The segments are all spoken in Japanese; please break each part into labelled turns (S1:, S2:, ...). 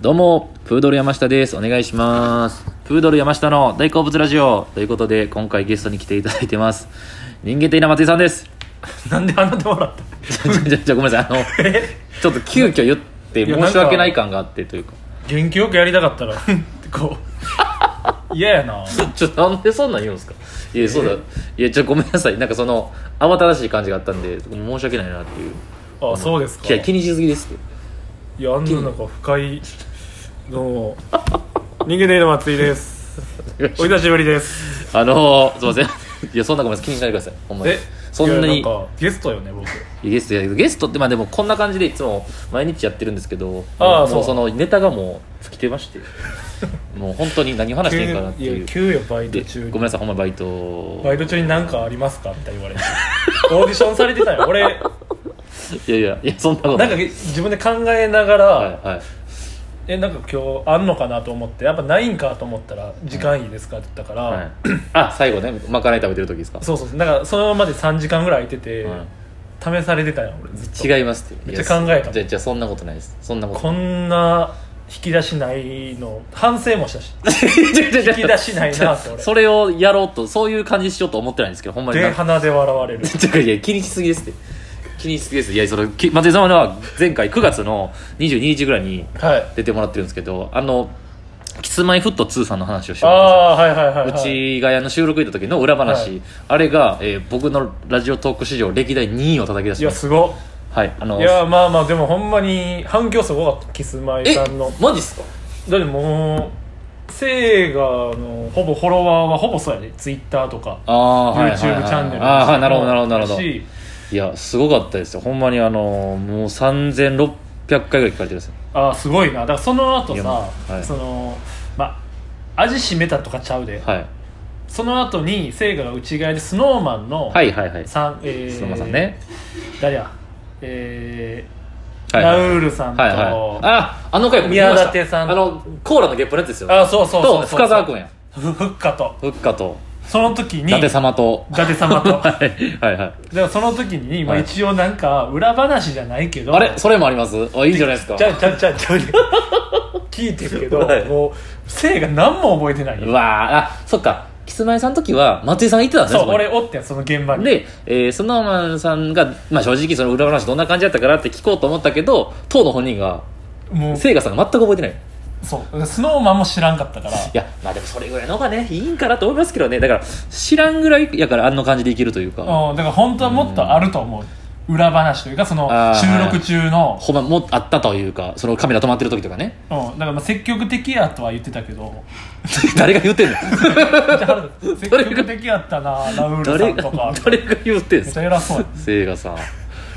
S1: どうも、プードル山下です。お願いします。プードル山下の大好物ラジオということで、今回ゲストに来ていただいてます。人間的な松井さんです。
S2: なんであなた笑った
S1: じゃ、じゃ、じゃ、ごめんなさい。あの、
S2: え
S1: ちょっと急遽言って、
S2: いやなんか
S1: 申し訳ない感があってというか。
S2: 元気よくやりたかっ たらってこう 嫌やな
S1: ちょ、なんでそんなん言うんですかいや、そうだ。いや、ちょ、ごめんなさい。なんかその、慌ただしい感じがあったんで、申し訳ないなっていう。
S2: あそうですか
S1: いや、気にしすぎですって。
S2: いやあんななんか深いどうも人間での松 井ですお久しぶりです
S1: あのー、すいません。いや、そんなごめんなさい。気にしないでください。ほんまに
S2: え。
S1: そんないに
S2: や。んかゲストよね僕
S1: ゲストやけどゲストってまあでもこんな感じでいつも毎日やってるんですけど
S2: ああ
S1: もう
S2: そ
S1: そうのネタがもう尽きてましてもう本当に何話していいかなっていう
S2: 急よバイト
S1: で
S2: 中
S1: ご
S2: に
S1: めんなさいほんまバイ
S2: バ
S1: ト
S2: イト中に何かありますかって言 われてオーディションされてたよ俺
S1: いやいやいやそんなこと
S2: なん
S1: は
S2: か
S1: い
S2: 自分で考えながら、
S1: はい
S2: えなんか今日あんのかなと思ってやっぱないんかと思ったら「時間いいですか?」って言ったから、
S1: はいあ最後ねまかない食べてる時ですか
S2: そうそうだからそのままで3時間ぐらい空いてて、
S1: は
S2: 試されてたやん俺ずっと
S1: 違いますって
S2: めっちゃ考えた
S1: いやじゃあじゃあそんなことないですそんなこと
S2: こんな引き出しないの反省もしたし
S1: 引
S2: 引き出しないなって 俺
S1: それをやろうとそういう感じしようと思ってないんですけどほんまに
S2: で
S1: なんか
S2: 鼻で笑わ れる
S1: ちょいや気にしすぎですって気にしすぎですいやそのき松井さんは前回9月の22日ぐらいに
S2: はい
S1: 出てもらってるんですけどあのキスマイフット2さんの話をして
S2: あ
S1: もらっ
S2: あはいはいはい、は
S1: た
S2: い、
S1: んですようちがあの収録行った時の裏話、
S2: は
S1: あれが、えー僕のラジオトーク史上歴代2位を叩き出
S2: い
S1: しま
S2: や
S1: した
S2: すご
S1: はいあの
S2: いやまあまあでもほんまに反響すごかったキスマイ
S1: え
S2: さんの
S1: マジっすか
S2: だってもうセーガのほぼフォロワーはほぼそうやでツイッターとか
S1: ああ
S2: YouTube
S1: はいはい
S2: チ
S1: はいはい
S2: ャンネル
S1: ああなるほどなるほどなるほど
S2: し
S1: いやすごかったですよほんまにあのもう3600回ぐらい聞かれてるんですよ
S2: あーすごいなだからその後
S1: いや
S2: さ、
S1: もうはい
S2: そのまあ味しめたとかちゃうで、
S1: はい
S2: その後にセイガが内側でスノーマンの、
S1: はいはいはい
S2: さんえー、
S1: 須磨さんね
S2: 誰やえー
S1: はいはい
S2: ラウールさんと、
S1: はいはいああの回僕見ました
S2: 宮舘さん
S1: あのコーラのゲップのやつですよ
S2: あそうそうそう
S1: と深澤君や
S2: ふふっかと
S1: ふっかと
S2: その時
S1: 伊
S2: に
S1: 達様と
S2: 伊達様とだか
S1: はいはいはい
S2: らその時に、まあ、
S1: はい
S2: 一応なんか裏話じゃないけど
S1: あれそれもありますあいいじゃないですか
S2: ちゃうちゃうちゃうちゃう聞いてるけど、
S1: はい
S2: もうセイガ何も覚えてないう
S1: わーあそっかキスマイさんの時は松井さんが行ってたんですね
S2: そう
S1: こに
S2: 俺おってんその現場に
S1: で、えー、スノーマンさんが、まあ、正直その裏話どんな感じだったからって聞こうと思ったけど当の本人が
S2: もう
S1: せいがさんが全く覚えてないい
S2: そうスノーマンも知らんかったから
S1: やまあでもそれぐらいの方がねいいんかなと思いますけどねだから知らんぐらいやからあんな感じでいけるというか
S2: うんだから本当はもっとあると思う裏話というかその
S1: あー
S2: 収録中の、
S1: ほんまもあったというかそのカメラ止まってる時とかね
S2: うん、だからまあ積極的やとは言ってた けど
S1: 誰が言うてんの
S2: 積極的やったなラウールさ
S1: 誰
S2: んと
S1: が
S2: か
S1: 誰が言うてん
S2: めっ
S1: す
S2: ち
S1: か
S2: ゃ偉そうや
S1: せいがさん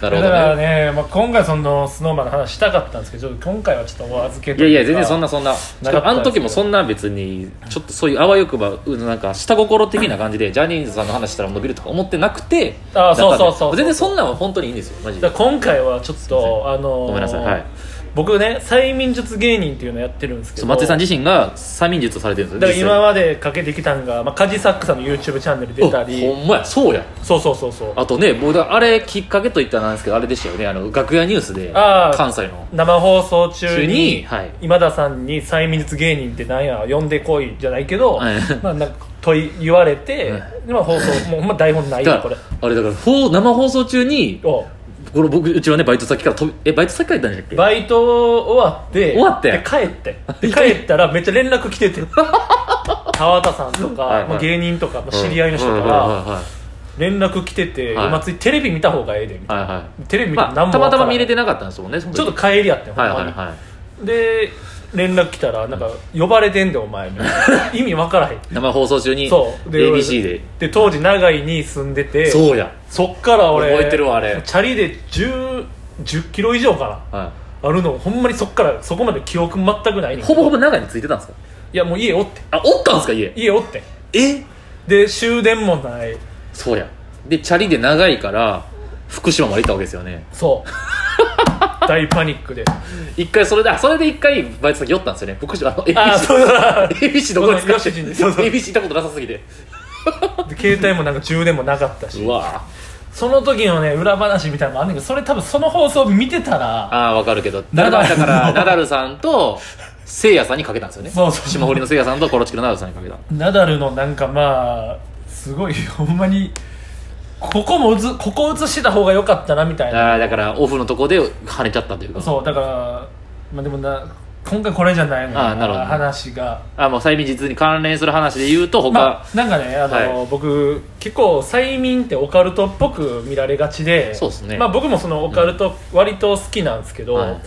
S1: なる
S2: だ
S1: ほ
S2: か
S1: ど
S2: ら
S1: ね
S2: ね、まあ、今回そのスノーマンの話したかったんですけどちょっと今回はちょっとお預け
S1: い
S2: と
S1: や
S2: いうか
S1: いや全然そんなそんな
S2: なかった
S1: あの時もそんな別にちょっとそういうあわよくばうんなんか下心的な感じでジャニーズさんの話したら伸びるとか思ってなくて
S2: あー
S1: だったんで
S2: そうそうそうそう
S1: 全然そんなんは本当にいいんですよマジで
S2: だから今回はちょっとあのー
S1: ごめんなさいはい
S2: 僕ね催眠術芸人っていうのやってるんですけ
S1: そ
S2: ど
S1: う松井さん自身が催眠術をされてるんですよ
S2: だから
S1: 実際
S2: 今までかけてきたんが、まあ、カジサックさんの YouTube チャンネル出た
S1: お
S2: り
S1: ほんまやそうや
S2: そうそうそうそう
S1: あとね僕だあれきっかけといったらなんですけどあれでしたよねあの楽屋ニュースで
S2: あー
S1: 関西の
S2: 生放送中
S1: 中に
S2: に
S1: はい
S2: 今田さんに催眠術芸人ってなんや呼んでこいじゃないけど、
S1: はい
S2: まあ、なんか問い言われて、
S1: は
S2: まあ、放送もうほんま台本ないよ
S1: だか
S2: これ
S1: らあれだからほう生放送中に
S2: お
S1: この僕うちはねバイト先から飛びえバイト先から行ったんじゃっけ
S2: バイト終わって
S1: 終わって
S2: で帰ってで帰ったらめっちゃ連絡来てて 川田さんとか、
S1: はいはい
S2: まあ、芸人とか、まあ、知り合いの人か
S1: うん
S2: ら
S1: はいはい
S2: 連絡来てて「
S1: はい
S2: 今ついテレビ見た方がええで」みたい
S1: はいはい
S2: なテレビ見た
S1: ま
S2: ら
S1: あ、
S2: 何も
S1: たま
S2: わか
S1: た
S2: ら
S1: ま
S2: ん
S1: 見れてなかったんですもんねちょ
S2: ちょっと帰りやってんほん
S1: はい
S2: ま
S1: はい
S2: に
S1: は
S2: で連絡来たらなんか呼ばれてんでお前みたい な意味わからへん
S1: い生放送中に
S2: そうで
S1: ABC で
S2: で当時長井に住んでて
S1: そうや
S2: そっから俺
S1: 覚えてるわあれ
S2: チャリで1 0キロ以上か
S1: は
S2: なあるのほんまにそっからそこまで記憶全くな
S1: い
S2: いねん
S1: ほぼほぼ長いについてたんですか
S2: いやもう家おって
S1: あおったんですか家
S2: 家おって
S1: え
S2: で終電もない
S1: そうやでチャリで長いから福島まで行ったわけですよね
S2: そう大パニックで
S1: 一回それであそれで一回バイト先寄ったんですよね福島あの
S2: あ
S1: ABC
S2: そうだ
S1: ABC どこですかって
S2: ごめんごめんごめ
S1: ABC
S2: ん
S1: 行ったことなさすぎて
S2: で携帯もなんか充電もなかったし
S1: うわ
S2: その時のね裏話みたいなのもあんねんけどそれ多分その放送見てたら
S1: ああわかるけど
S2: ナ
S1: だか
S2: ダ
S1: ら
S2: ル
S1: だからナダルさんとせいやさんにかけたんですよね
S2: そうそう
S1: 霜降りのせいやさんとコロチキのナダルさんにかけた
S2: ナダルのなんかまあすごいほんまにここも映ここ映してた方が良かったなみたいな
S1: あーだからオフのとこで跳ねちゃったというか
S2: そうだからまあでもな今回これじゃないの
S1: あーなるほど
S2: 話が
S1: あもう催眠術に関連する話で言うと他、
S2: まあなんかねあの、
S1: は
S2: 僕結構催眠ってオカルトっぽく見られがちで
S1: そうっすね
S2: まあ、僕もそのオカルト割と好きなんですけど、
S1: はい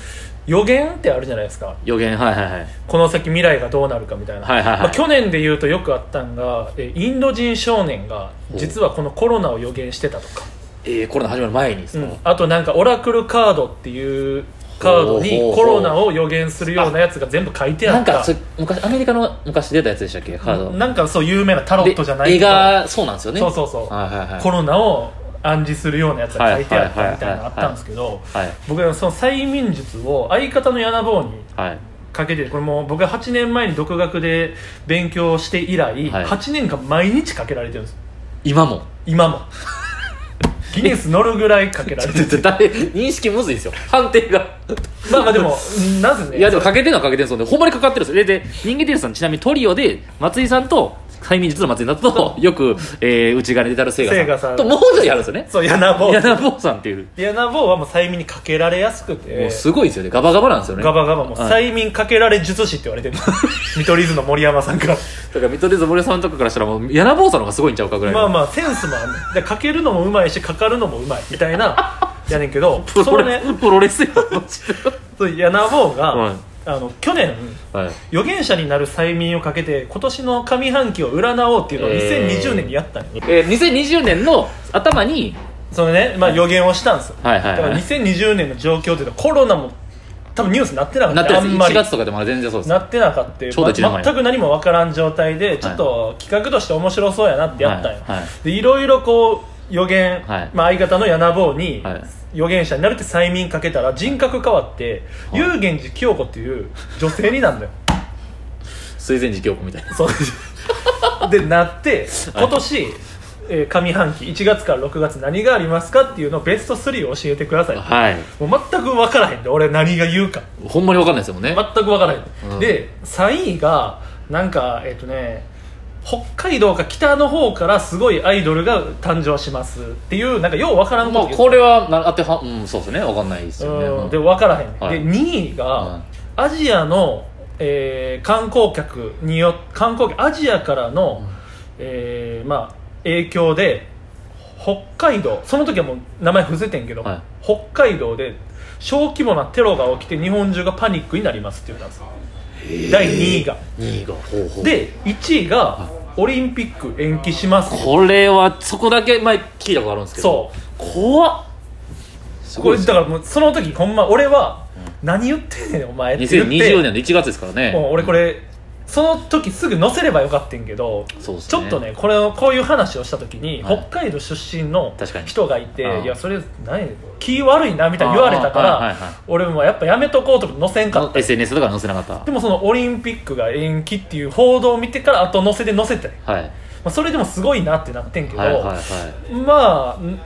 S2: 予言ってあるじゃないですか
S1: 予言はいはいはい
S2: この先未来がどうなるかみたいな、
S1: はいはいはい
S2: まあ、去年で言うとよくあったんがえインド人少年が
S1: ほう
S2: 実はこのコロナを予言してたとか、
S1: えー、コロナ始まる前にです
S2: う
S1: か、
S2: んあとなんかオラクルカードっていうカードに
S1: ほうほうほう
S2: コロナを予言するようなやつが全部書いてあ
S1: なん
S2: った
S1: かそれ昔アメリカの昔出たやつでしたっけカード
S2: なんかそう有名なタロットじゃない
S1: で
S2: け
S1: 映
S2: ど
S1: 画そうなんですよね
S2: そうそうそう、
S1: はいはいはい
S2: コロナを暗示するようなやつが書いてあったみたいなのあったんですけど
S1: はい
S2: 僕はその催眠術を相方の柳坊に
S1: はい
S2: かけてこれもう僕が8年前に独学で勉強して以来、
S1: はい
S2: 8年間毎日かけられてるんです
S1: 今も
S2: 今もギネス乗るぐらいかけられ てる
S1: 誰認識むずいんですよ判定が
S2: まあまあでもなぜね
S1: いやでもかけてるのはかけてるんですよねほんまにかかってるんですよでで人間テレさんちなみにトリオで松井さんと催眠術の松井さんとよく、えー、内側に出たるせい
S2: せい
S1: が
S2: が
S1: さ
S2: さ
S1: ん
S2: ん
S1: ともう一人あるんですよね
S2: そう柳坊
S1: 柳坊さんっていう、
S2: 柳坊はもう催眠にかけられやすくて
S1: もうすごいですよねガバガバなんですよね
S2: ガバガバもう
S1: はい
S2: 催眠かけられ術師って言われ てる見取り図の森山さんから
S1: だから見取り図森さんとかからしたらもう柳坊さんの方がすごいんちゃうかぐらいの
S2: まあまあセンスもあんねんでかけるのもうまいしかかるのもうまいみた いなやねんけど
S1: プ
S2: そ
S1: ロ
S2: の
S1: レ
S2: ね
S1: スプロレスやん
S2: 柳坊が、
S1: はい
S2: あの去年
S1: はい
S2: 預言者になる催眠をかけて今年の上半期を占おうっていうのを
S1: えー
S2: 2020年にやったんよ、
S1: えー、2020年の頭に
S2: そのね、まあ、予言をしたんですよ、
S1: はいはいはい
S2: だから2020年の状況っていうとコロナも多分ニュースになってなかった
S1: なって
S2: あ
S1: る
S2: ん
S1: ん
S2: ま
S1: です1
S2: り
S1: 月とかでまだ全然そうです
S2: なってなかった
S1: ちょうど一年前
S2: 全く何も分からん状態でちょっと企画として面白そうやなってやったんよ、
S1: はいはい
S2: でいろいろこう予言、
S1: はい
S2: まあ、相方の柳坊に
S1: はい
S2: 予言者になるって催眠かけたら人格変わって
S1: はい
S2: 有源寺清子っていう女性に なるんだよ
S1: 水前寺京子みたいな
S2: そうでなって今年、えー上半期1月から6月何がありますかっていうのをベスト3を教えてください
S1: はい
S2: もう全く分からへんで俺何が言うか
S1: ほんまに分かんないですもんね、
S2: 全く分からへん、
S1: うん
S2: で3位がなんかえっ、とね北海道か北の方からすごいアイドルが誕生しますっていうなんかよう分からん
S1: ま
S2: こ
S1: あ、
S2: と
S1: これはな当てはうんそうですね分かんないですよね、
S2: うん
S1: うん
S2: で分からへんね、
S1: はい
S2: で2位が、
S1: は
S2: アジアの、えー観光客によ観光客アジアからの、えーまあ、影響で北海道その時はもう名前伏せてんけど、
S1: はい
S2: 北海道で小規模なテロが起きて日本中がパニックになりますって言ったんです第2位が
S1: 2位がほうほう
S2: で1位がオリンピック延期します
S1: これはそこだけ前聞いたことあるんですけど
S2: そう
S1: そう怖っす
S2: こ
S1: ごい
S2: れ
S1: で
S2: だ
S1: すね
S2: からもうその時ほんま俺は何言ってんねんお前って言って
S1: 2020年の1月ですからね
S2: もう俺これその時すぐ載せればよかったんけど、
S1: そうっすね
S2: ちょっとねこれをこういう話をした時に、
S1: はい
S2: 北海道出身の
S1: 確かに
S2: 人がいて
S1: ああ
S2: いやそれ何気悪いなみたいに言われたから、
S1: ああはいはい
S2: 俺もやっぱやめとこうとか載せんかっ
S1: の
S2: た
S1: SNS とか載せなかっ
S2: でもそのオリンピックが延期っていう報道を見てからあと載せで載せて、ま
S1: たはい
S2: あ、それでもすごいなってなってんけど、
S1: はいはいはい
S2: まあん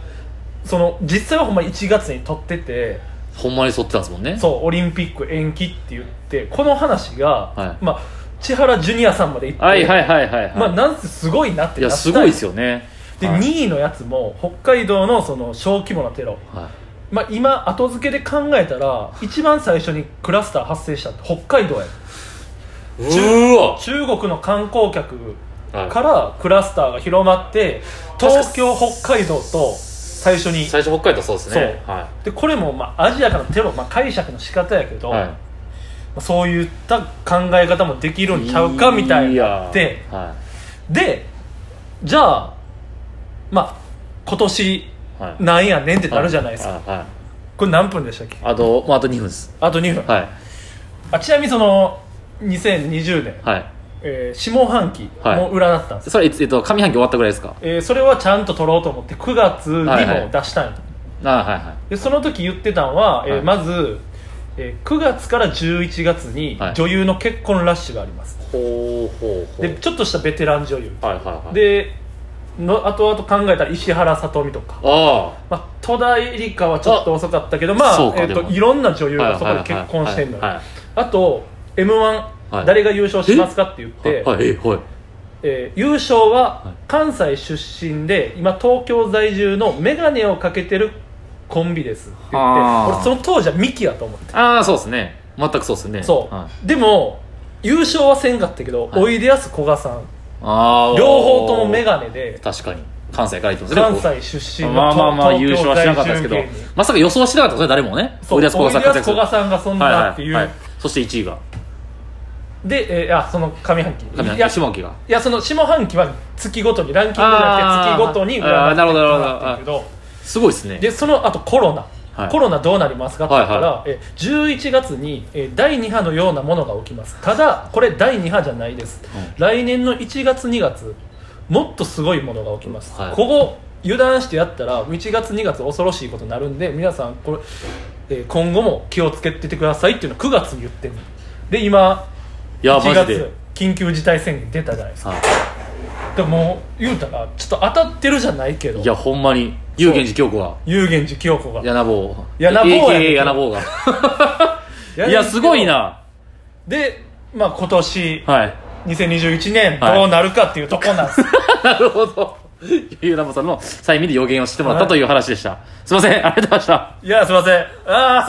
S2: その実際はほんま1月に撮ってて
S1: ほんまに沿ってたんですもんね
S2: そうオリンピック延期って言ってこの話が、
S1: はい
S2: まあ、千原ジュニアさんまで行って、
S1: はいはいはいはいはい、
S2: まあ、なんせすごいなって
S1: い
S2: な
S1: や
S2: った
S1: すごいですよね
S2: で、
S1: はい
S2: 2位のやつも北海道のその小規模なテロ、
S1: はい
S2: まあ、今後付けで考えたら一番最初にクラスター発生したって北海道や
S1: うーわ
S2: 中国の観光客
S1: はい
S2: からクラスターが広まって東京北海道と最初に
S1: 最初北海道そうですね
S2: そ
S1: はい
S2: でこれもまあアジアからのテロ、まあ、解釈の仕方やけど、
S1: は
S2: まあそういった考え方もできるんちゃうかみたいなっ
S1: や
S2: て
S1: は
S2: でじゃあまあ今年
S1: いはい
S2: なんやねんってなるじゃないですか、
S1: はいはい
S2: これ何分でしたっけ
S1: あともうあと2分です
S2: あと2分、
S1: はい
S2: あちなみにその2020年、
S1: はい
S2: えー下半期
S1: はい
S2: も占ったんです、
S1: それえっと上半期終わったぐらいですか
S2: えーそれはちゃんと取ろうと思って9月に
S1: はいは
S2: も
S1: い
S2: 出したんよ、
S1: あはいは
S2: でその時言ってたんは、えー
S1: はい
S2: まず、えー9月から11月に
S1: はい
S2: 女優の結婚ラッシュがあります、
S1: いほうほうほう
S2: でちょっとしたベテラン女優
S1: はいはいはい
S2: での後々考えたら石原さとみとか、
S1: あ
S2: まあ、戸田恵梨香はちょっと遅かったけどまあ
S1: そうか
S2: えっ
S1: で
S2: と
S1: も
S2: いろんな女
S1: あ
S2: 優がそこで結婚してんのよ、
S1: はいはい
S2: あと m
S1: は
S2: 1
S1: い
S2: 誰が優勝しますかって言って、
S1: はいはいえはい
S2: えー優勝
S1: はい
S2: は関西出身で今東京在住の眼鏡をかけてるコンビですって言って
S1: あー
S2: 俺その当時はミキやと思って
S1: ああそうですね全くそうですね
S2: そう、
S1: はい
S2: でも優勝はせんかったけど、
S1: はい
S2: おいでやすこがさん
S1: ああ
S2: 両方とも眼鏡で
S1: 確かに関西から行って
S2: 関
S1: ますね
S2: 西出身の
S1: まあまあまあ
S2: 東
S1: 優
S2: 東京
S1: 勝はしなかったですけど
S2: 在住芸人
S1: まさか予想はしてなかったですね誰もね
S2: そうおいでやす
S1: 小田活躍す
S2: こ
S1: る
S2: がさんがそん
S1: はい
S2: な
S1: は
S2: ってい、
S1: いうはいそして1位が
S2: で、えーあその上半期
S1: 上半
S2: いや
S1: 期下半期が
S2: いやその下半期は月ごとにランキングじゃなくて
S1: あー
S2: 月ごとに
S1: あーなるほどなるほど
S2: なってるけど
S1: すごいですね
S2: でその後コロナ、
S1: はい
S2: コロナどうなりますかって言ったら、
S1: は
S2: え11月にえー第2波のようなものが起きますただこれ第2波じゃないです、
S1: う
S2: 来年の1月2月もっとすごいものが起きます、
S1: はい
S2: ここ油断してやったら1月2月恐ろしいことになるんで皆さんこれ、えー今後も気をつけててくださいっていうのは9月に言ってるで今
S1: いや
S2: 1
S1: マジで
S2: 月緊急事態宣言出たじゃないですか
S1: はい
S2: でも言うたらちょっと当たってるじゃないけど
S1: いやほんまに有言寺京子が
S2: 有言寺清子が
S1: 柳坊
S2: 柳坊や
S1: AKA 柳坊がいやすごいな
S2: で、まあ、今年
S1: はい
S2: 2021年
S1: はい
S2: どうなるかっていうとこなんです、
S1: なるほどゆうなも さんの催眠で予言をしてもらったという話でしたすいませんありがとうございました
S2: い、やすいませんああそう